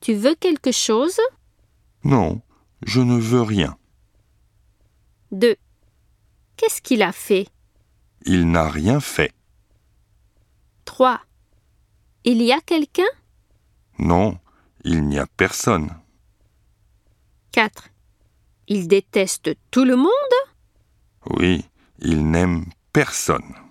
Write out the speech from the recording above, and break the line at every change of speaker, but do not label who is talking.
Tu veux quelque chose
Non, je ne veux rien.
2. Qu'est-ce qu'il a fait
Il n'a rien fait.
3. Il y a quelqu'un
Non, il n'y a personne.
4. Il déteste tout le monde
Oui, il n'aime personne.